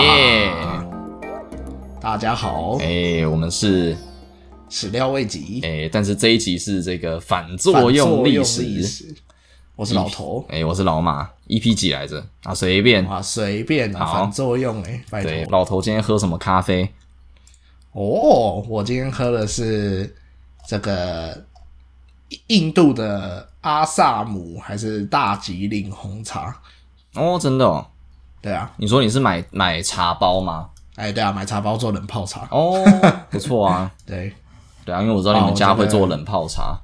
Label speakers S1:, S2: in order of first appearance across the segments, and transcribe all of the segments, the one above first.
S1: 耶！
S2: 大家好，
S1: 哎，我们是
S2: 始料未及，
S1: 哎，但是这一集是这个反作用
S2: 历
S1: 历史。
S2: 史，我是老头，
S1: 哎，我是老马，EP 几来着？啊，随便。
S2: 哇，随便啊，
S1: 好
S2: 反作用哎、拜
S1: 对，
S2: 托。
S1: 老头今天喝什么咖啡？
S2: 哦，我今天喝的是这个印度的阿萨姆还是大吉岭红茶？
S1: 哦，真的哦。
S2: 对啊，
S1: 你说你是买买茶包吗？
S2: 哎，对啊，买茶包做冷泡茶，
S1: 哦，不错啊。
S2: 对，
S1: 对啊，因为我知道你
S2: 哦
S1: 们家
S2: 这个
S1: 会做冷泡茶。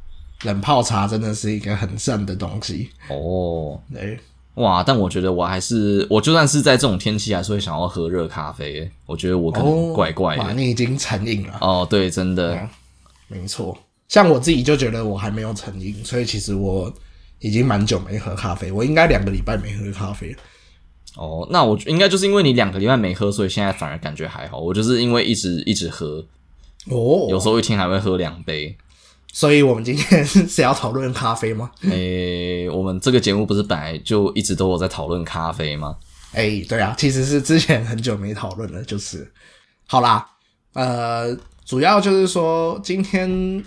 S2: 冷泡茶真的是一个很赞的东西，
S1: 哦，
S2: 对，
S1: 哇！但我觉得我还是，我就算是在这种天气，还是会想要喝热咖啡。我觉得我可能
S2: 哦，
S1: 怪怪
S2: 哇
S1: 的。
S2: 你已经成瘾了。
S1: 哦，对，真的。
S2: 没错，像我自己就觉得我还没有成瘾，所以其实我已经蛮久没喝咖啡，我应该两个礼拜没喝咖啡了。
S1: 哦，那我应该就是因为你两个礼拜没喝，所以现在反而感觉还好。我就是因为一直一直喝，
S2: 哦，
S1: 有时候一天还会喝两杯。
S2: 所以我们今天是要讨论咖啡吗？
S1: 诶、我们这个节目不是本来就一直都有在讨论咖啡吗？
S2: 哎、对啊，其实是之前很久没讨论了，就是好啦，呃，主要就是说今天。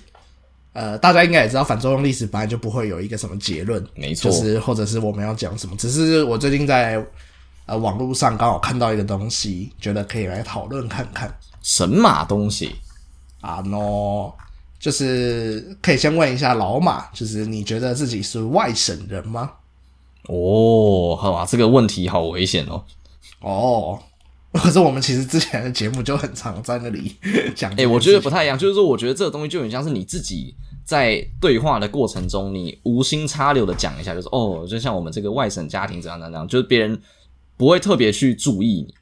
S2: 呃，大家应该也知道，反作用历史本来就不会有一个什么结论，
S1: 没错
S2: 就是或者是我们要讲什么，只是我最近在呃网络上刚好看到一个东西，觉得可以来讨论看看。
S1: 神马东西
S2: 啊喏，就是可以先问一下老马，就是你觉得自己是外省人吗？
S1: 哦，好吧，这个问题好危险哦。
S2: 哦，可是我们其实之前的节目就很常在那里 讲这件事情。
S1: 诶、哎我觉得不太一样，就是说，我觉得这个东西就很像是你自己在对话的过程中，你无心插柳的讲一下，就是哦，就像我们这个外省家庭怎样怎样怎样，就是别人不会特别去注意你，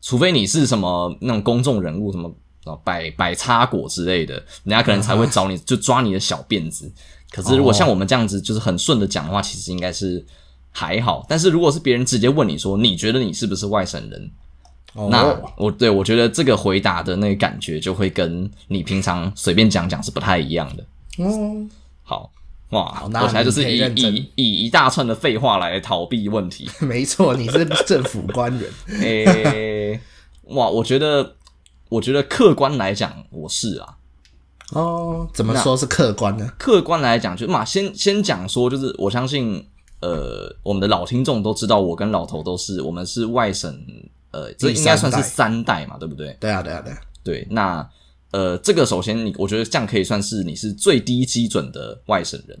S1: 除非你是什么那种公众人物，什么啊百百叉果之类的，人家可能才会
S2: 嗯
S1: 找你，就抓你的小辫子。可是如
S2: 哦
S1: 果像我们这样子，就是很顺的讲的话，其实应该是还好。但是如果是别人直接问你说，你觉得你是不是外省人？
S2: 哦
S1: 那我对我觉得这个回答的那个感觉就会跟你平常随便讲讲是不太一样的。
S2: 哦，
S1: 好哇，
S2: 好
S1: 我
S2: 那
S1: 现在就是
S2: 你可以
S1: 以
S2: 认真
S1: 以以一大串的废话来逃避问题。
S2: 没错，你是政府官员
S1: 诶、哇，我觉得我觉得客观来讲我是啊，
S2: 哦。怎么说是客观呢？
S1: 客观来讲就嘛，先先讲说就是我相信呃我们的老听众都知道，我跟老头都是我们是外省呃，这
S2: 第
S1: 应该
S2: 三
S1: 算是
S2: 代
S1: 三代嘛，对不对？
S2: 对啊，对啊，对啊。
S1: 对，那呃，这个首先你，我觉得这样可以算是你是最低基准的外省人，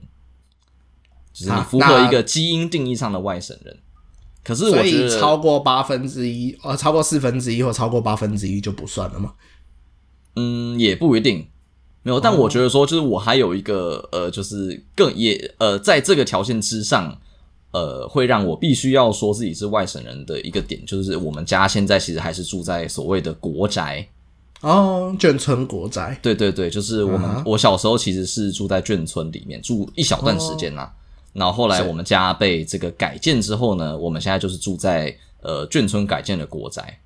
S1: 就是你
S2: 啊
S1: 符合
S2: 那
S1: 一个基因定义上的外省人。可是我
S2: 所
S1: 觉
S2: 以
S1: 得
S2: 超过八分之一，呃，超过四分之一或超过八分之一就不算了嘛。
S1: 嗯，也不一定。没有，
S2: 哦
S1: 但我觉得说，就是我还有一个呃，就是更也呃，在这个条件之上，呃，会让我必须要说自己是外省人的一个点，就是我们家现在其实还是住在所谓的国宅。
S2: 哦，眷村国宅，
S1: 对对对，就是我们、
S2: 嗯哼
S1: 我小时候其实是住在眷村里面住一小段时间啦、
S2: 哦
S1: 然后后来
S2: 是
S1: 我们家被这个改建之后呢，我们现在就是住在呃眷村改建的国宅，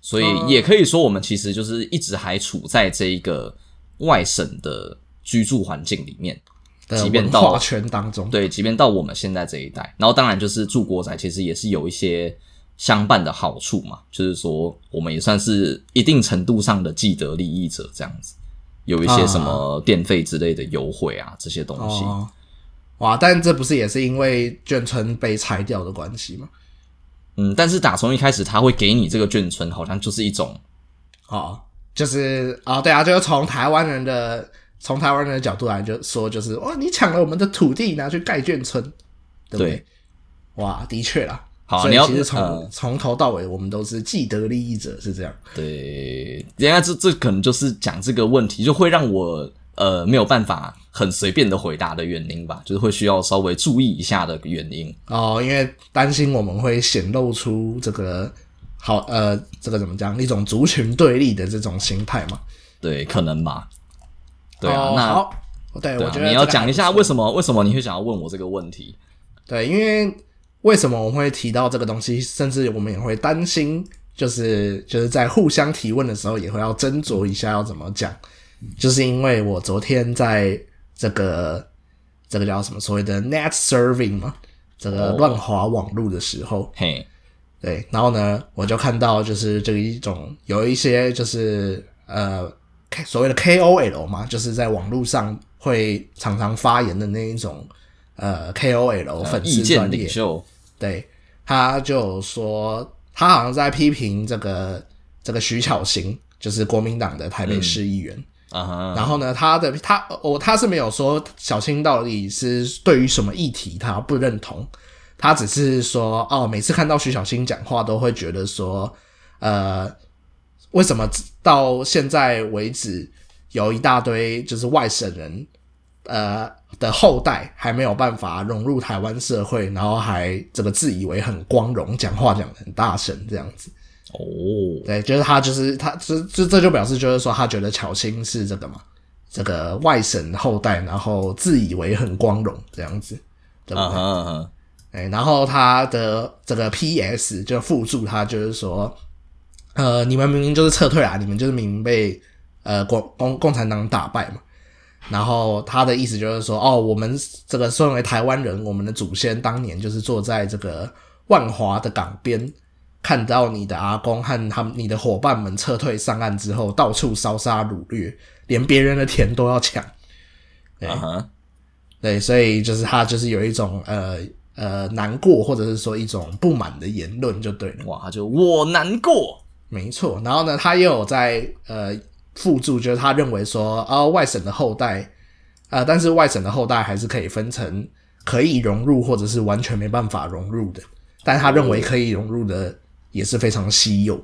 S1: 所以
S2: 哦
S1: 也可以说我们其实就是一直还处在这一个外省的居住环境里面。
S2: 的
S1: 即便
S2: 文
S1: 到
S2: 化圈当中，
S1: 对，即便到我们现在这一代，然后当然就是住国宅，其实也是有一些相伴的好处嘛，就是说我们也算是一定程度上的既得利益者这样子，有一些什么电费之类的优惠啊这些东西。
S2: 啊哦，哇！但这不是也是因为眷村被拆掉的关系吗？
S1: 嗯，但是打从一开始他会给你这个眷村，好像就是一种
S2: 哦，就是哦，对啊，就是从台湾人的从台湾人的角度来就说，就是哦，你抢了我们的土地，拿去盖眷村，对不对？
S1: 对
S2: 哇，的确啦。
S1: 好
S2: 所
S1: 你
S2: 以
S1: 要
S2: 其实从
S1: 呃
S2: 从、头到尾，我们都是既得利益者，是这样。
S1: 对，人家这这可能就是讲这个问题，就会让我呃没有办法很随便的回答的原因吧，就是会需要稍微注意一下的原因。
S2: 哦，因为担心我们会显露出这个好呃，这个怎么讲，一种族群对立的这种心态嘛。
S1: 对，可能吧。对啊，
S2: 哦
S1: 那
S2: 好对，
S1: 对
S2: 我
S1: 啊
S2: 觉得
S1: 你要
S2: 这个还
S1: 讲一下
S2: 不错
S1: 为什么为什么你会想要问我这个问题？
S2: 对，因为为什么我们会提到这个东西，甚至我们也会担心，就是就是在互相提问的时候，也会要斟酌一下要怎么讲，就是因为我昨天在这个这个叫什么所谓的 net serving 嘛，这个
S1: 哦
S2: 乱划网路的时候，
S1: 嘿，
S2: 对，然后呢，我就看到就是这个一种有一些就是呃，K- 所谓的 KOL 嘛，就是在网络上会常常发言的那一种呃 KOL 粉
S1: 意
S2: 丝专
S1: 见
S2: 业
S1: 领，袖，
S2: 对，他就有说他好像在批评这个这个徐巧芯，就是国民党的台北市议员。
S1: 啊哈，
S2: 然后呢，他的他我、他是没有说小青到底是对于什么议题他不认同，他只是说哦，每次看到徐小青讲话都会觉得说，呃，为什么到现在为止有一大堆就是外省人呃的后代还没有办法融入台湾社会，然后还这个自以为很光荣，讲话讲得很大声这样子。
S1: 哦，
S2: 对，就是他就是他，这这这就表示就是说，他觉得巧芯是这个嘛，这个外省后代，然后自以为很光荣这样子，对
S1: 啊
S2: 不对？
S1: 哈啊哈，
S2: 哎、然后他的这个 PS 就附注他就是说，呃，你们明明就是撤退啊，你们就是明明被呃共共共产党打败嘛。然后他的意思就是说，哦，我们这个身为台湾人，我们的祖先当年就是坐在这个万华的港边，看到你的阿公和他们你的伙伴们撤退上岸之后，到处烧杀掳掠，连别人的田都要抢。对
S1: 啊哈，
S2: 对，所以就是他就是有一种呃呃难过，或者是说一种不满的言论就对了，
S1: 哇，他就我难过，
S2: 没错。然后呢，他也有在呃附注，就是他认为说，哦，外省的后代，呃，但是外省的后代还是可以分成可以融入，或者是完全没办法融入的，但他认为可以融入的也是非常稀有，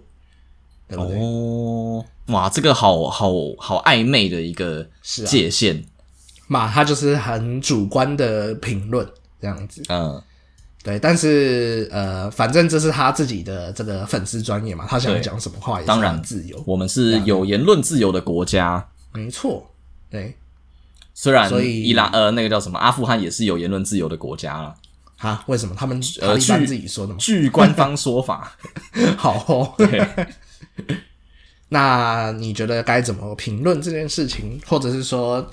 S2: 对不对？
S1: 哦，哇，这个好好好暧昧的一个
S2: 是啊
S1: 界限，
S2: 嘛，他就是很主观的评论这样子。
S1: 嗯，
S2: 对，但是呃，反正这是他自己的这个粉丝专业嘛，他想
S1: 对
S2: 讲什么话也是
S1: 当然
S2: 很自由，
S1: 我们是
S2: 啊
S1: 有言论自由的国家，
S2: 没错，对，
S1: 虽然
S2: 所以
S1: 伊拉呃那个叫什么阿富汗也是有言论自由的国家啦，
S2: 哈，为什么他们塔
S1: 呃，
S2: 利
S1: 据
S2: 班自己说的嘛？
S1: 据官方说法，
S2: 好、哦，
S1: 对，
S2: 那你觉得该怎么评论这件事情，或者是说，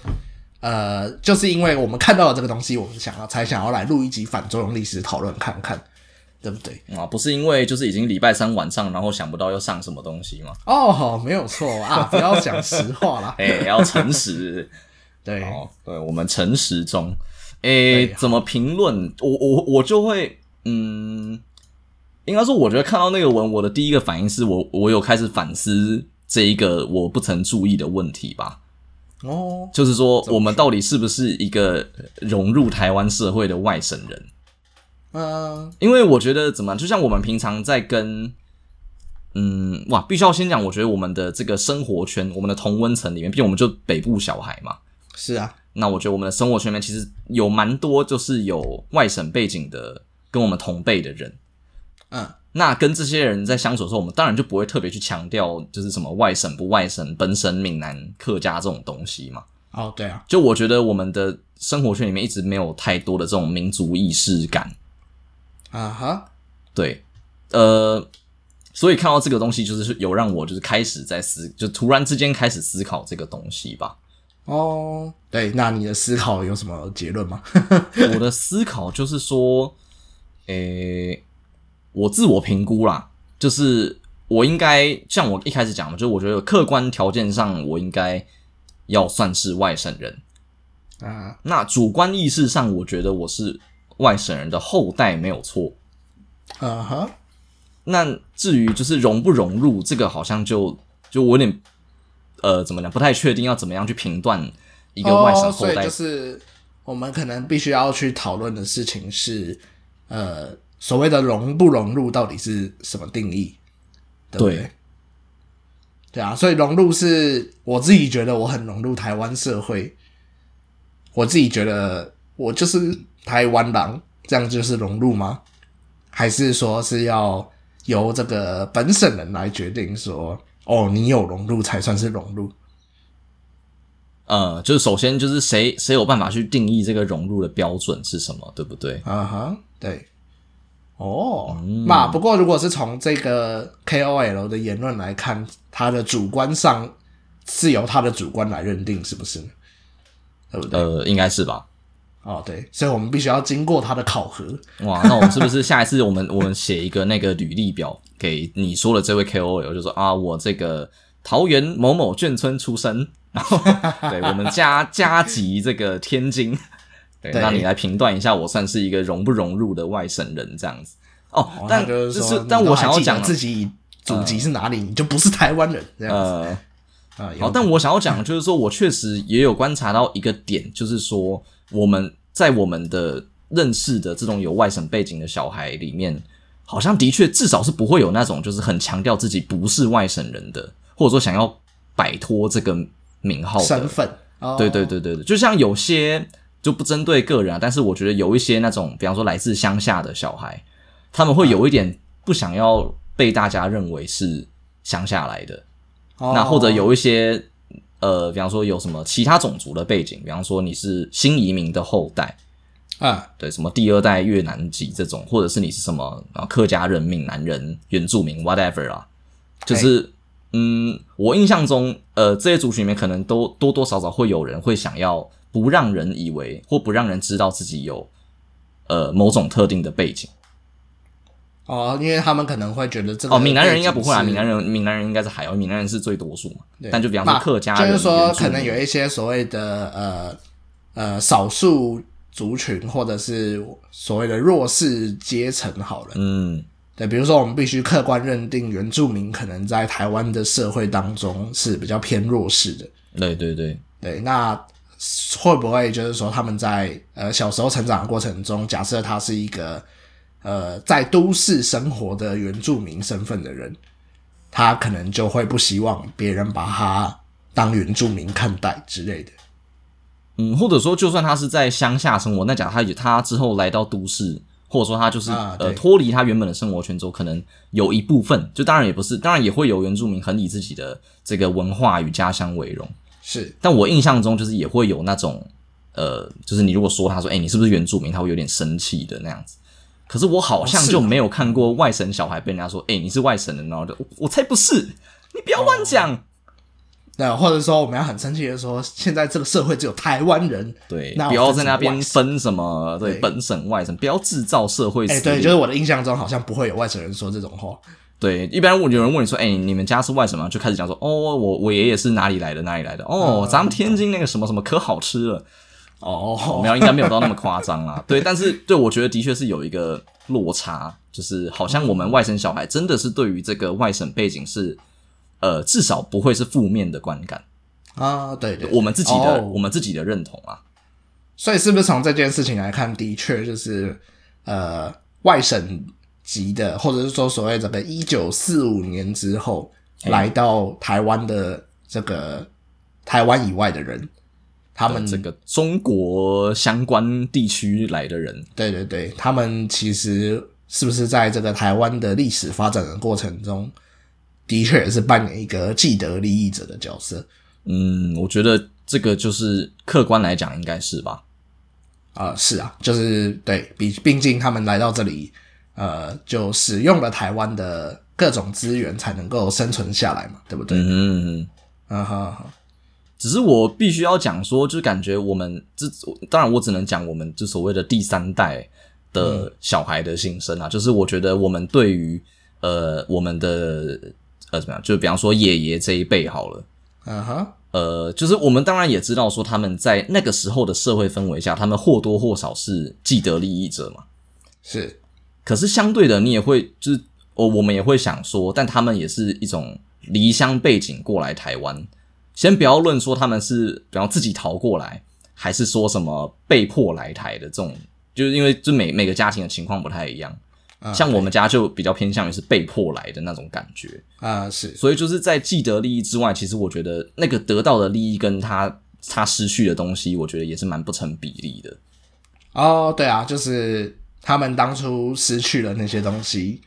S2: 呃，就是因为我们看到了这个东西，我们想要才想要来录一集反作用历史讨论看看，对不对？
S1: 啊，不是因为就是已经礼拜三晚上，然后想不到要上什么东西嘛， ，
S2: 哦，好，没有错啊，不要讲实话啦
S1: 哎、要诚实。
S2: 对，
S1: 哦，对，我们诚实中，诶、
S2: 哎对
S1: 怎么评论？我我我就会，嗯，应该说，我觉得看到那个文，我的第一个反应是我我有开始反思这一个我不曾注意的问题吧，
S2: 哦，
S1: 就是说，我们到底是不是一个融入台湾社会的外省人？
S2: 嗯、
S1: 因为我觉得怎么样，就像我们平常在跟，嗯，哇，必须要先讲，我觉得我们的这个生活圈，我们的同温层里面，毕竟我们就北部小孩嘛，
S2: 是啊，
S1: 那我觉得我们的生活圈里面其实有蛮多就是有外省背景的，跟我们同辈的人。
S2: 嗯，
S1: 那跟这些人在相处的时候，我们当然就不会特别去强调就是什么外省不外省、本省闽南客家这种东西嘛。
S2: 哦，对啊，
S1: 就我觉得我们的生活圈里面一直没有太多的这种民族意识感，
S2: 啊哈，
S1: 对，呃，所以看到这个东西，就是有让我就是开始在思，就突然之间开始思考这个东西吧。
S2: 哦，对，那你的思考有什么结论吗？
S1: 我的思考就是说，诶、我自我评估啦，就是我应该像我一开始讲的，就是我觉得客观条件上我应该要算是外省人，
S2: 啊，
S1: 那主观意识上我觉得我是外省人的后代没有错。
S2: 嗯哼，
S1: 那至于就是融不融入，这个好像就就我有点呃怎么讲，不太确定要怎么样去评断一
S2: 一
S1: 个外省后
S2: 哦所以
S1: 代
S2: 就是我们可能必须要去讨论的事情是，呃，所谓的融不融入到底是什么定义？对不对
S1: 对
S2: 对啊，所以融入是我自己觉得我很融入台湾社会，我自己觉得我就是台湾狼，这样就是融入吗？还是说是要由这个本省人来决定说，哦，你有融入才算是融入？
S1: 呃，就是首先就是谁谁有办法去定义这个融入的标准是什么，对不对？
S2: 啊哈，对。哦
S1: 嗯，
S2: 那、不过如果是从这个 KOL 的言论来看，他的主观上是由他的主观来认定，是不是呢？对不对？
S1: 呃，应该是吧。
S2: 哦，对，所以我们必须要经过他的考核。
S1: 哇，那我们是不是下一次我们我们写一个那个履历表给你说的这位 KOL，就说啊，我这个桃园某某眷村出身，然后对我们家家籍这个天津，对，
S2: 对
S1: 那你来评断一下，我算是一个融不融入的外省人这样子。哦
S2: 哦，
S1: 但
S2: 他就是
S1: 是
S2: 说，
S1: 但
S2: 你都
S1: 我
S2: 还
S1: 想要
S2: 记得
S1: 讲
S2: 自己祖籍是哪里，你就不是台湾人这样子
S1: 呃，
S2: 啊。有
S1: 好，但我想要讲就是说，我确实也有观察到一个点，就是说我们在我们的认识的这种有外省背景的小孩里面，好像的确至少是不会有那种就是很强调自己不是外省人的，或者说想要摆脱这个名号的
S2: 身份，哦
S1: 对对，对对对，就像有些就不针对个人啊，但是我觉得有一些那种，比方说来自乡下的小孩，他们会有一点不想要被大家认为是乡下来的。
S2: 哦
S1: 那或者有一些呃，比方说有什么其他种族的背景，比方说你是新移民的后代，
S2: 啊，
S1: 对，什么第二代越南籍这种，或者是你是什么啊客家人、闽南人、原住民 whatever 啊，
S2: 哎
S1: 就是嗯，我印象中呃这些族群里面可能都多多少少会有人会想要不让人以为或不让人知道自己有呃某种特定的背景。
S2: 哦，因为他们可能会觉得这个
S1: 哦，闽南人应该不会啊，
S2: 背景是
S1: 闽南人闽南人应该是还好，闽南人是最多数嘛
S2: 对。
S1: 但就比方说
S2: 那
S1: 客家人，
S2: 就是说
S1: 原住
S2: 可能
S1: 民
S2: 有一些所谓的呃呃少数族群或者是所谓的弱势阶层好了，
S1: 嗯。
S2: 对，比如说我们必须客观认定原住民可能在台湾的社会当中是比较偏弱势的，
S1: 对对对，
S2: 对，那会不会就是说他们在呃小时候成长的过程中，假设他是一个呃在都市生活的原住民身份的人，他可能就会不希望别人把他当原住民看待之类的。
S1: 嗯，或者说，就算他是在乡下生活，那假如他也他之后来到都市，或者说他就是、
S2: 啊
S1: 呃
S2: 对
S1: 脱离他原本的生活圈之后，可能有一部分，就当然也不是，当然也会有原住民很以自己的这个文化与家乡为荣。
S2: 是
S1: 但我印象中，就是也会有那种呃，就是你如果说他说，哎、你是不是原住民？他会有点生气的那样子。可是我好像
S2: 哦是
S1: 就
S2: 吗
S1: 没有看过外省小孩被人家说，哎、你是外省人哦，然后就我我才不是，你不要乱讲。
S2: 那或者说我们要很生气的说，现在这个社会只有台湾人。
S1: 对，
S2: 那
S1: 不
S2: 我
S1: 要
S2: 分
S1: 在
S2: 成
S1: 那边
S2: 外省
S1: 分什么对
S2: 对
S1: 本省外省，不要制造社会
S2: 哎、
S1: 撕
S2: 对，
S1: 裂
S2: 就是我的印象中好像不会有外省人说这种话。
S1: 对，一般我有人问你说，哎、你们家是外省吗？就开始讲说，哦，我我爷爷是哪里来的，哪里来的，
S2: 嗯
S1: 哦，咱们天津那个什么什么可好吃了，我
S2: 哦
S1: 没，有，应该没有到那么夸张啦。 对，但是对我觉得的确是有一个落差，就是好像我们外省小孩真的是对于这个外省背景是，呃，至少不会是负面的观感，
S2: 啊，对对，
S1: 我们自己的、
S2: 哦
S1: 我们自己的认同啊，
S2: 所以是不是从这件事情来看，的确就是呃外省籍的，或者是说所谓这个一九四五年之后
S1: 哎
S2: 来到台湾的这个台湾以外的人，他
S1: 呃
S2: 们
S1: 这个中国相关地区来的人，
S2: 对对对，他们其实是不是在这个台湾的历史发展的过程中，的确也是扮演一个既得利益者的角色
S1: 嗯，我觉得这个就是客观来讲应该是吧。
S2: 啊、是啊，就是对比，毕竟他们来到这里，呃，就使用了台湾的各种资源才能够生存下来嘛，对不对？
S1: 嗯哼嗯哼，
S2: 嗯哼哼，
S1: 只是我必须要讲说，就感觉我们这当然我只能讲我们就所谓的第三代的小孩的心声啊，就是我觉得我们对于呃我们的呃怎么样，就比方说爷爷这一辈好了。
S2: 嗯哼，
S1: 呃，就是我们当然也知道说他们在那个时候的社会氛围下，他们或多或少是既得利益者嘛。
S2: 是
S1: 可是相对的，你也会就是我我们也会想说，但他们也是一种离乡背景过来台湾。先不要论说他们是比方自己逃过来，还是说什么被迫来台的这种，就是因为就每每个家庭的情况不太一样。
S2: 啊
S1: 像我们家就比较偏向于是被迫来的那种感觉，
S2: 啊、是
S1: 所以就是在既得利益之外，其实我觉得那个得到的利益跟他他失去的东西，我觉得也是蛮不成比例的。
S2: 哦，对啊，就是他们当初失去了那些东西，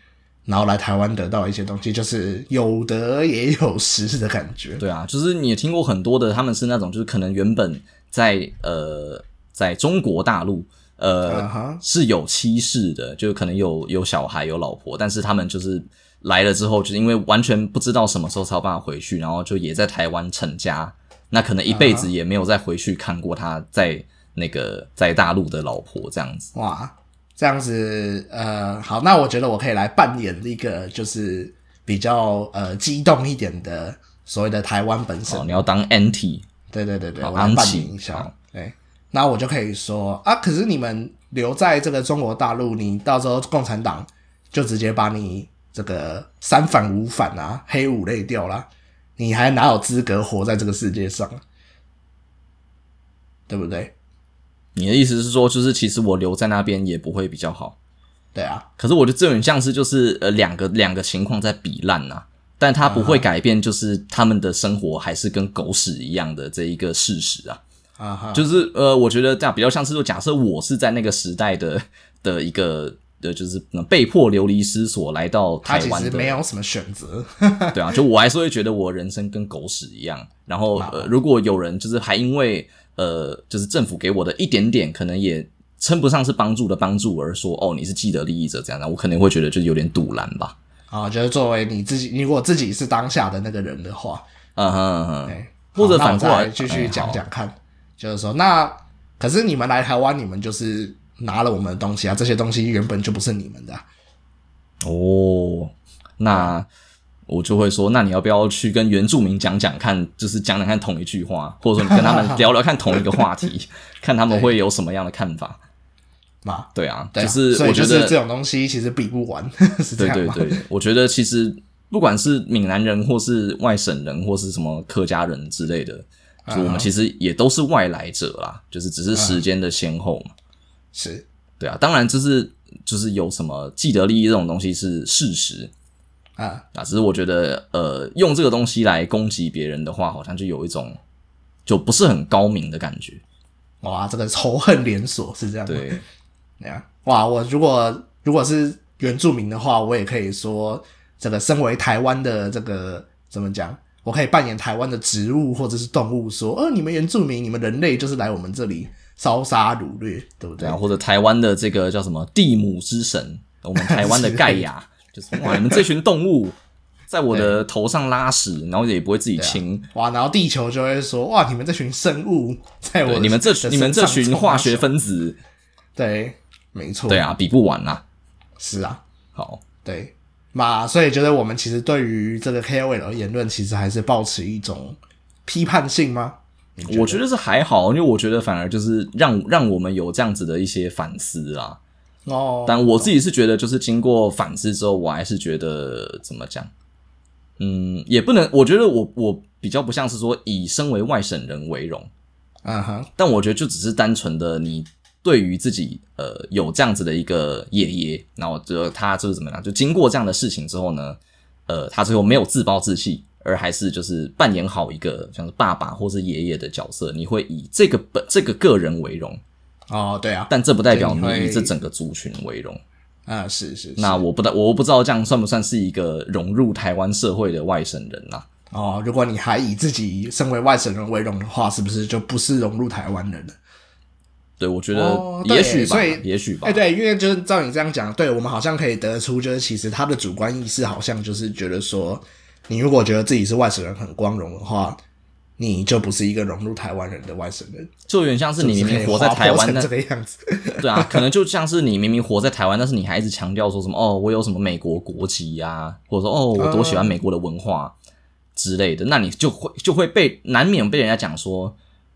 S2: 然后来台湾得到一些东西，就是有得也有失的感觉。
S1: 对啊，就是你也听过很多的，他们是那种就是可能原本在呃在中国大陆呃、
S2: 啊哈
S1: 是有妻室的，就可能有有小孩有老婆，但是他们就是来了之后，就是因为完全不知道什么时候才有办法回去，然后就也在台湾成家，那可能一辈子也没有再回去看过他在那个在大陆的老婆这样子。
S2: 哇，这样子，呃，好，那我觉得我可以来扮演一个就是比较呃激动一点的所谓的台湾本省
S1: 哦，，你要当 anti
S2: 对对对对，
S1: 好
S2: 我来扮
S1: 安琪
S2: 演一下
S1: 好，
S2: 对，那我就可以说啊，可是你们留在这个中国大陆，你到时候共产党就直接把你这个三反五反啊，黑五类掉啦，你还哪有资格活在这个世界上啊？对不对？
S1: 你的意思是说，就是其实我留在那边也不会比较好？
S2: 对啊，
S1: 可是我觉得这有点像是就是呃两个两个情况在比烂呐、但它
S2: 啊
S1: 不会改变，就是他们的生活还是跟狗屎一样的这一个事实啊。
S2: 啊哈，
S1: 就是呃，我觉得这样比较像是说，假设我是在那个时代的的一个呃，就是嗯被迫流离失所来到
S2: 他
S1: 台
S2: 其
S1: 湾
S2: 实
S1: 的，
S2: 没有什么选择，
S1: 对啊，就我还是会觉得我人生跟狗屎一样。然后呃，如果有人就是还因为呃，就是政府给我的一点点，可能也称不上是帮助的帮助，而说哦你是既得利益者这样的，我可能会觉得就是有点堵拦吧。
S2: 啊，就是作为你自己，你如果自己是当下的那个人的话，
S1: 嗯哼哼哼，
S2: 对，
S1: 或者
S2: 好那
S1: 反
S2: 我
S1: 过来
S2: 再继续
S1: 哎
S2: 讲
S1: 好
S2: 讲看，就是说，那可是你们来台湾，你们就是拿了我们的东西啊，这些东西原本就不是你们的啊、
S1: 哦，那我就会说，那你要不要去跟原住民讲讲看，就是讲讲看同一句话，或者说你跟他们聊聊看同一个话题， 看他们会有什么样的看法？
S2: 嘛。
S1: 对啊，
S2: 对啊、
S1: 是
S2: 所以
S1: 我
S2: 就
S1: 觉
S2: 是
S1: 得
S2: 这，种东西其实比不完， 是这
S1: 对
S2: 样
S1: 对
S2: 吗？
S1: 对，我觉得其实不管是闽南人，或是外省人，或是什么客家人之类的，就
S2: 啊
S1: 我们其实也都是外来者啦，就是只是时间的先后嘛。
S2: 是
S1: 对啊，当然就是就是有什么既得利益这种东西是事实，
S2: 啊，
S1: 啊，只是我觉得，呃，用这个东西来攻击别人的话，好像就有一种就不是很高明的感觉。
S2: 哇，这个仇恨连锁是这样吗？
S1: 对，
S2: 那样哇，我如果如果是原住民的话，我也可以说，这个身为台湾的这个怎么讲，我可以扮演台湾的植物或者是动物，说，呃，你们原住民，你们人类就是来我们这里烧杀掳掠，对不对
S1: 对啊，？或者台湾的这个叫什么地母之神，我们台湾的盖亚， 就是哇，你们这群动物在我的头上拉屎，然后也不会自己亲。
S2: 哇，然后地球就会说，哇，你们这群生物，在我
S1: 对，你们这
S2: 的身
S1: 你们这
S2: 上
S1: 群
S2: 冲啊
S1: 化学
S2: 冲
S1: 分子，
S2: 对，没错，
S1: 对，啊，比不完啦。
S2: 是啊，
S1: 好，
S2: 对。嘛，所以觉得我们其实对于这个 KOL 言论，其实还是保持一种批判性吗？你
S1: 我觉得是还好，因为我觉得反而就是让让我们有这样子的一些反思啦。
S2: 得哦，
S1: 但我自己是觉得，就是经过反思之后，我还是觉得怎么讲，嗯，也不能，我觉得我我比较不像是说以身为外省人为荣，
S2: 嗯哼，
S1: 但我觉得就只是单纯的你对于自己呃有这样子的一个爷爷，然后就他就是怎么样，就经过这样的事情之后呢，呃，他最后没有自暴自弃，而还是就是扮演好一个像是爸爸或是爷爷的角色，你会以这个本这个个人为荣，
S2: 哦，对啊，
S1: 但这不代表
S2: 对
S1: 你
S2: 你会
S1: 以这整个族群为荣。
S2: 啊，是是是，
S1: 那我不知道，我不知道这样算不算是一个融入台湾社会的外省人呐、啊
S2: 哦，如果你还以自己身为外省人为荣的话，是不是就不是融入台湾人了？
S1: 对，我觉
S2: 哦
S1: 得
S2: 对
S1: 也许吧，
S2: 所以
S1: 也许吧。
S2: 哎、对，因为就是照你这样讲，对我们好像可以得出，就是其实他的主观意识好像就是觉得说，你如果觉得自己是外省人很光荣的话，你就不是一个融入台湾人的外省人，
S1: 就有点像是你明
S2: 就是可
S1: 明
S2: 以
S1: 活在
S2: 滑
S1: 台
S2: 坡
S1: 湾，
S2: 成
S1: 但
S2: 这个样子，
S1: 对啊，可能就像是你明明活在台湾，但是你还一直强调说什么哦，我有什么美国国籍呀、或者说哦，我多喜
S2: 嗯
S1: 欢美国的文化之类的，那你就会就会被难免被人家讲说，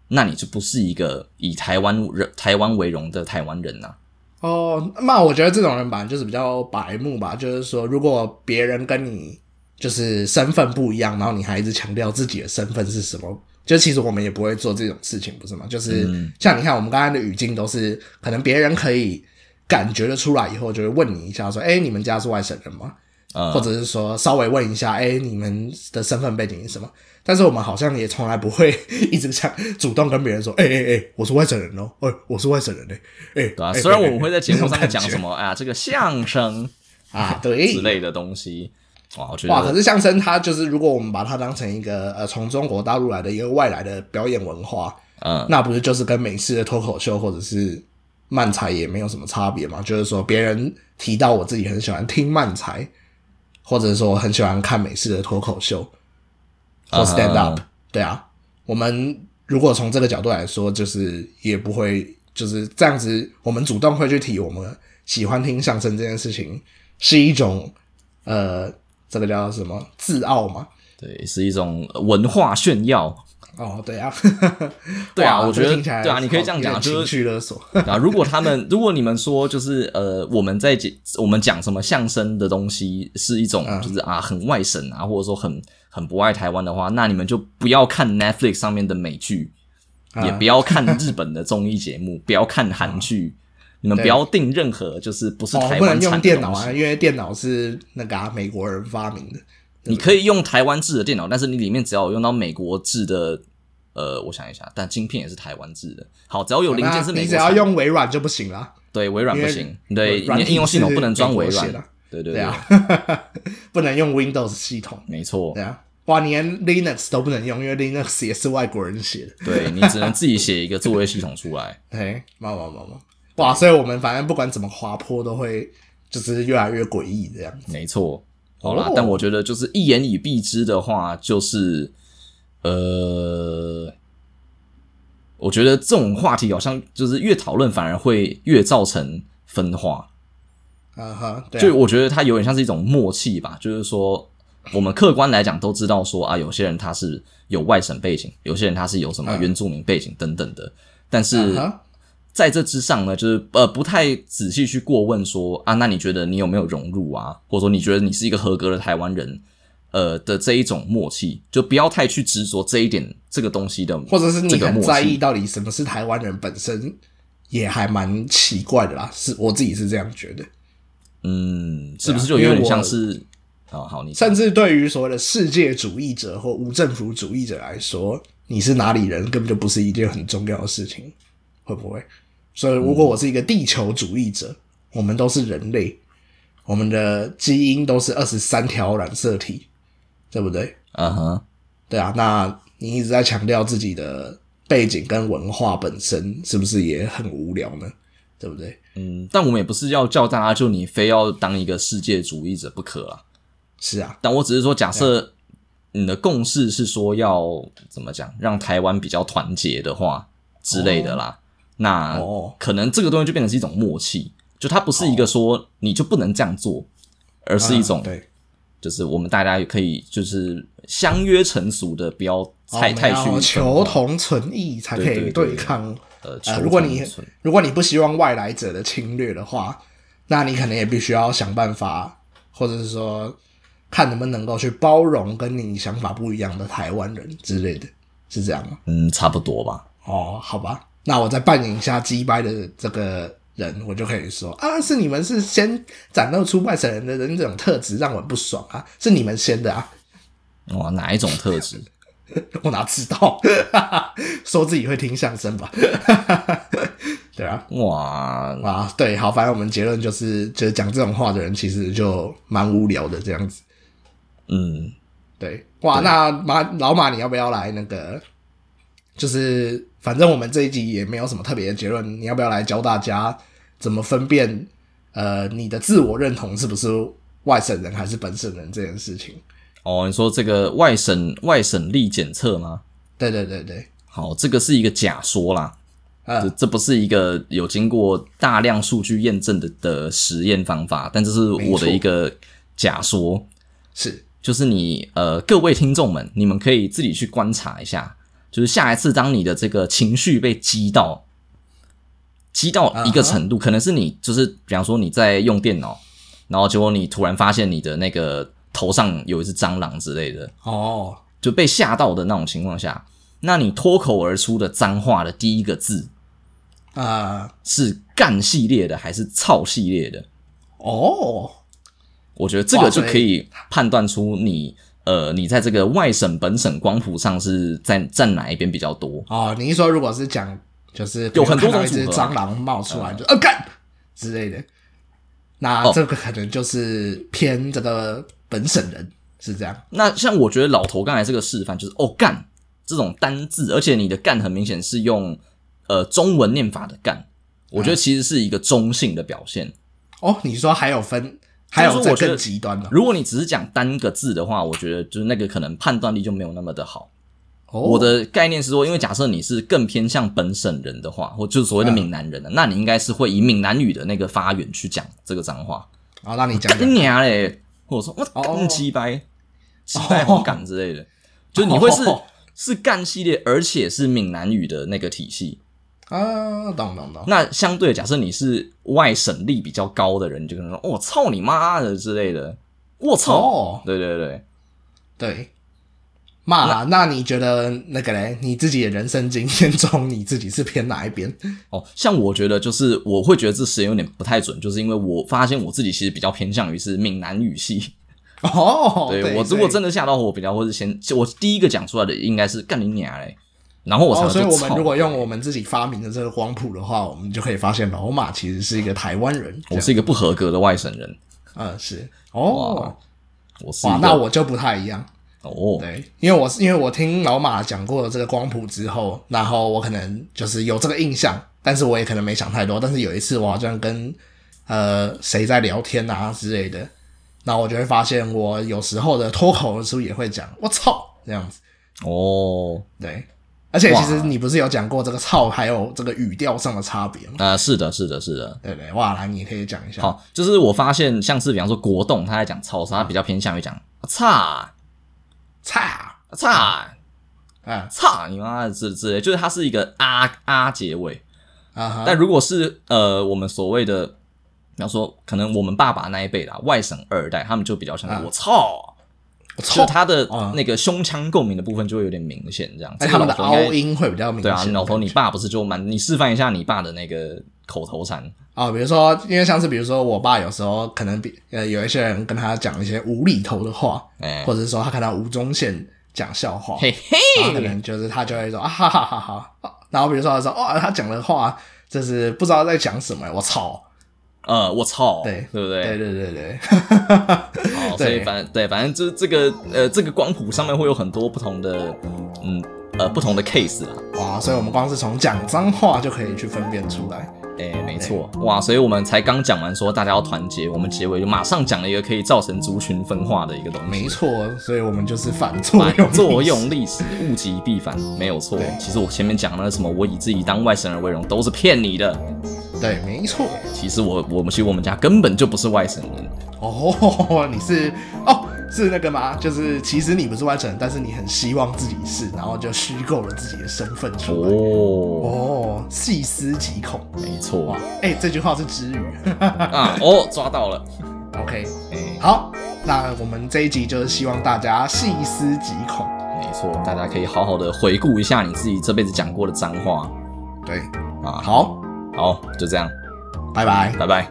S1: 那你就不是一个以台湾人台湾为荣的台湾人呐、
S2: 哦，那我觉得这种人本来就是比较白目吧，就是说，如果别人跟你就是身份不一样，然后你还一直强调自己的身份是什么，就其实我们也不会做这种事情，不是吗？就是、像你看我们刚才的语境都是，可能别人可以感觉得出来以后，就会问你一下，说，哎、你们家是外省人吗？
S1: 呃，
S2: 或者是说稍微问一下，哎、你们的身份背景是什么？但是我们好像也从来不会 一直想主动跟别人说，哎哎哎，我是外省人哦，哎、我是外省人嘞、哎、
S1: 对啊，
S2: 哎
S1: 虽然
S2: 哎
S1: 我们会在节目
S2: 那种
S1: 上
S2: 感
S1: 讲
S2: 觉
S1: 什么啊，这个相声
S2: 啊，对
S1: 之类的东西，哇，我觉
S2: 哇，可
S1: 得
S2: 是相声它就是，如果我们把它当成一个呃从中国大陆来的一个外来的表演文化，
S1: 嗯，
S2: 那不是就是跟美式的脱口秀或者是漫才也没有什么差别嘛？就是说别人提到我自己很喜欢听漫才，或者说我
S1: 啊
S2: 很喜欢看美式的脱口秀或 stand up，、
S1: 嗯
S2: 对啊，我们如果从这个角度来说，就是也不会就是这样子，我们主动会去提我们喜欢听相声这件事情，是一种呃，这个叫什么自傲嘛？
S1: 对，是一种文化炫耀。
S2: 哦，对啊，
S1: 对啊
S2: 哇
S1: 我觉得
S2: 这个听起来
S1: 对啊你可以这样讲
S2: 好有点
S1: 就是
S2: 情绪勒索。
S1: 啊，如果他们，如果你们说就是呃，我们在讲我们讲什么相声的东西是一种
S2: 嗯
S1: 就是啊很外省啊，或者说很很不爱台湾的话，那你们就不要看 Netflix 上面的美剧，也
S2: 啊
S1: 不要看日本的综艺节目，不 要看韩剧，你们不
S2: 对
S1: 要订任何就是不是
S2: 哦，
S1: 台
S2: 不能
S1: 湾
S2: 用
S1: 产的
S2: 电脑
S1: 东
S2: 啊，
S1: 西。
S2: 因为电脑是那个、啊、美国人发明的。
S1: 你可以用台湾制的电脑，但是你里面只要有用到美国制的，呃，我想一下，但晶片也是台湾制的。好，只要有零件是
S2: 那
S1: 美
S2: 你
S1: 国
S2: 只要
S1: 产的
S2: 用微软就不行啦。
S1: 对微软
S2: 因
S1: 不
S2: 为
S1: 行，对，你
S2: 软
S1: 的
S2: 体
S1: 应用系统不能装微
S2: 是美国写
S1: 软
S2: 的，
S1: 对对对，
S2: 对啊， 不能用 Windows 系统。
S1: 没错
S2: 对，啊，哇，你连 Linux 都不能用，因为 Linux 也是外国人写的。
S1: 对你只能自己写一个作业系统出来。
S2: 哎，嘛嘛嘛嘛，哇！所以我们反正不管怎么滑坡，都会就是越来越诡异这样。
S1: 没错，好啦，
S2: 哦
S1: 但我觉得就是一言以蔽之的话，就是呃，我觉得这种话题好像就是越讨论反而会越造成分化。
S2: 啊哈，对啊
S1: 就我觉得它有点像是一种默契吧，就是说我们客观来讲都知道说啊，有些人他是有外省背景，有些人他是有什么
S2: 嗯
S1: 原住民背景等等的，但是
S2: 啊哈
S1: 在这之上呢，就是呃不太仔细去过问说啊，那你觉得你有没有融入啊，或者说你觉得你是一个合格的台湾人，呃的这一种默契，就不要太去执着这一点这个东西的，
S2: 或者是你
S1: 这个
S2: 很
S1: 默
S2: 在
S1: 契
S2: 意到底什么是台湾人本身，也还蛮奇怪的啦。是我自己是这样觉得，
S1: 嗯，是不是
S2: 对
S1: 就
S2: 啊
S1: 有
S2: 因为
S1: 点
S2: 我
S1: 像是啊、好你
S2: 甚至对于所谓的世界主义者或无政府主义者来说，你是哪里人根本就不是一件很重要的事情，会不会？所以，如果我是一个地球主义者，我们都是人类，我们的基因都是二十三条染色体，对不对？
S1: 啊哈
S2: 对啊，那你一直在强调自己的背景跟文化本身，是不是也很无聊呢？对不对？
S1: 嗯，但我们也不是要叫大家就你非要当一个世界主义者不可啦。
S2: 是啊，
S1: 但我只是说，假设你的共识是说要怎么讲，让台湾比较团结的话之类的啦，那
S2: 哦
S1: 可能这个东西就变成是一种默契，就它不是一个说你就不能这样做，而是一种
S2: 啊对，
S1: 就是我们大家也可以就是相约成俗的，不要太
S2: 哦我们
S1: 太
S2: 要
S1: 去
S2: 求同存异才可
S1: 对
S2: 以
S1: 对对
S2: 抗。
S1: 呃，求
S2: 呃，如果
S1: 同
S2: 你
S1: 存
S2: 如果你不希望外来者的侵略的话，那你可能也必须要想办法，或者是说看能不能够去包容跟你想法不一样的台湾人之类的，是这样吗？
S1: 嗯差不多吧，
S2: 哦，好吧，那我再扮演一下鸡掰的这个人，我就可以说啊，是你们是先展露出外省人的人这种特质，让我很不爽啊，是你们先的啊，
S1: 哇，哪一种特 质？
S2: 我哪知道？ 说自己会听相声吧？ 对啊，
S1: 哇，
S2: 啊，对，好，反正我们结论就是，就是讲这种话的人其实就蛮无聊的这样子。
S1: 嗯，
S2: 对，哇，那马老马，你要不要来那个？就是反正我们这一集也没有什么特别的结论，你要不要来教大家怎么分辨呃你的自我认同是不是外省人还是本省人这件事情？
S1: 哦，你说这个外省外省力检测吗？
S2: 对对对对，
S1: 好，这个是一个假说啦，这
S2: 呃，
S1: 这不是一个有经过大量数据验证的的实验方法，但这是我的一个假说，
S2: 是
S1: 就是你呃，各位听众们，你们可以自己去观察一下，就是下一次当你的这个情绪被激到，激到一个程度可能是你就是比方说你在用电脑，然后结果你突然发现你的那个头上有一只蟑螂之类的，
S2: 哦，
S1: 就被吓到的那种情况下，那你脱口而出的脏话的第一个字
S2: 啊、
S1: 是干系列的还是操系列的？
S2: 哦，
S1: 我觉得这
S2: 哇
S1: 个就
S2: 所以
S1: 可以判断出你呃，你在这个外省本省光谱上是在站哪一边比较多。
S2: 哦，你一说如果是讲就是
S1: 有很多种
S2: 看到一只
S1: 组合啊
S2: 蟑螂冒出来就呃干、之类的，那
S1: 哦
S2: 这个可能就是偏这个本省人是这样
S1: 那像我觉得老头刚才这个示范就是哦干这种单字，而且你的干很明显是用呃中文念法的干，我觉得其实是一个中性的表现。
S2: 哦。你说还有分，还有
S1: 就是
S2: 这
S1: 我觉得
S2: 更极端的
S1: 如果你只是讲单个字的话，我觉得就是那个可能判断力就没有那么的好。
S2: 哦
S1: 我的概念是说，因为假设你是更偏向本省人的话，或就是所谓
S2: 嗯
S1: 的闽南人的，那你应该是会以闽南语的那个发源去讲这个脏话，
S2: 好，那你讲
S1: 干
S2: 讲。
S1: 你娘嘞，或者说我
S2: 哦
S1: 干鸡掰、鸡掰红港之类的，就是你会是
S2: 哦
S1: 是干系列，而且是闽南语的那个体系。
S2: 啊，懂懂懂。
S1: 那相对，假设你是外省力比较高的人，你就可能说“我、操你妈的”之类的，“我操”，
S2: 哦，
S1: 对对对。
S2: 对，骂。那你觉得那个嘞？你自己的人生经验中，你自己是偏哪一边？
S1: 哦，像我觉得就是我会觉得这时间有点不太准，就是因为我发现我自己其实比较偏向于是闽南语系。
S2: 哦，
S1: 对我如果真
S2: 的，
S1: 的吓到我，比较或是先我第一个讲出来的应该是干你娘嘞，然后我才
S2: 哦，
S1: 会
S2: 所以
S1: 说
S2: 我们
S1: 操
S2: 如果用我们自己发明的这个光谱的话，我们就可以发现老马其实是一个台湾人。
S1: 我是一个不合格的外省人，
S2: 这样嗯是哦，
S1: 我是一
S2: 哇
S1: 个，
S2: 那我就不太一样。
S1: 哦
S2: 对，因为我是因为我听老马讲过的这个光谱之后，然后我可能就是有这个印象，但是我也可能没想太多。但是有一次我好像跟呃谁在聊天啊之类的，那我就会发现我有时候的脱口而出也会讲“我操”这样子。
S1: 哦，
S2: 对，而且其实
S1: 哇
S2: 你不是有讲过这个“操”还有这个语调上的差别吗？
S1: 啊、是的，是的，是的。
S2: 对不对？哇，来你也可以讲一下。
S1: 好，就是我发现像是比方说国栋他在讲操的时候，他比较偏向于讲差
S2: 差
S1: 差
S2: 啊
S1: 差你妈的之之类，就是它是一个啊啊结尾。
S2: 啊哈！
S1: 但如果是呃，我们所谓的，比方说，可能我们爸爸那一辈啦，外省二代，他们就比较像是
S2: 啊
S1: 我操，
S2: 我
S1: 就
S2: 操！
S1: 他的
S2: 啊
S1: 那个胸腔共鸣的部分就会有点明显，这样。
S2: 哎，他们的
S1: 这个老头应
S2: 凹
S1: 该
S2: 音会比较明
S1: 对
S2: 显。
S1: 啊，老头，你爸不是就蛮？你示范一下你爸的那个口头禅
S2: 啊、比如说，因为像是比如说，我爸有时候可能比呃有一些人跟他讲一些无厘头的话，
S1: 哎
S2: 或者啊是说他看到吴宗宪讲笑话，
S1: 嘿嘿，
S2: 然后可能就是他就会说啊哈哈哈哈，啊然后比如说他说哦他讲的话就是不知道在讲什么，我操，
S1: 呃，我操，
S2: 对
S1: 对不
S2: 对
S1: 对？
S2: 对对对，
S1: 好，所以
S2: 对
S1: 反正对，反正就是这个呃，这个光谱上面会有很多不同的嗯呃不同的 case 啦。
S2: 哇，所以我们光是从讲脏话就可以去分辨出来，
S1: 哎、没错，哇！所以我们才刚讲完说大家要团结，我们结尾就马上讲了一个可以造成族群分化的一个东西。
S2: 没错，所以我们就是反作用
S1: 反作用历史，物极必反，没有错
S2: 对。
S1: 其实我前面讲的那什么，我以自己当外省人为荣，都是骗你的。
S2: 对，没错，
S1: 其实我我们其实我们家根本就不是外省人，
S2: 哦， 你是哦，是那个吗？就是其实你不是外省人，但是你很希望自己是，然后就虚构了自己的身份出来。
S1: 哦，
S2: 哦，细思极恐。
S1: 没错
S2: 哇，哎、这句话是直语。
S1: 啊，哦，抓到了，
S2: OK，
S1: 哎、
S2: 好，那我们这一集就是希望大家细思极恐。
S1: 没错，大家可以好好的回顾一下你自己这辈子讲过的脏话
S2: 对，
S1: 啊。
S2: 好，
S1: 好，就这样，
S2: 拜拜。
S1: 拜拜。